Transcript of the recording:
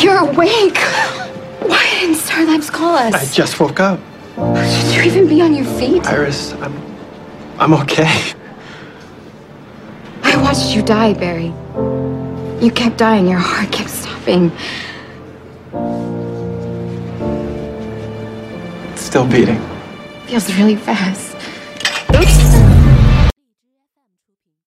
You're awake. Why didn't Sir Labs call us? I just woke up. Should you even be on your feet? Iris, I'm I'm okay. I watched you die, Barry. You kept dying, your heart kept stopping. It's still beating. Feels really fast.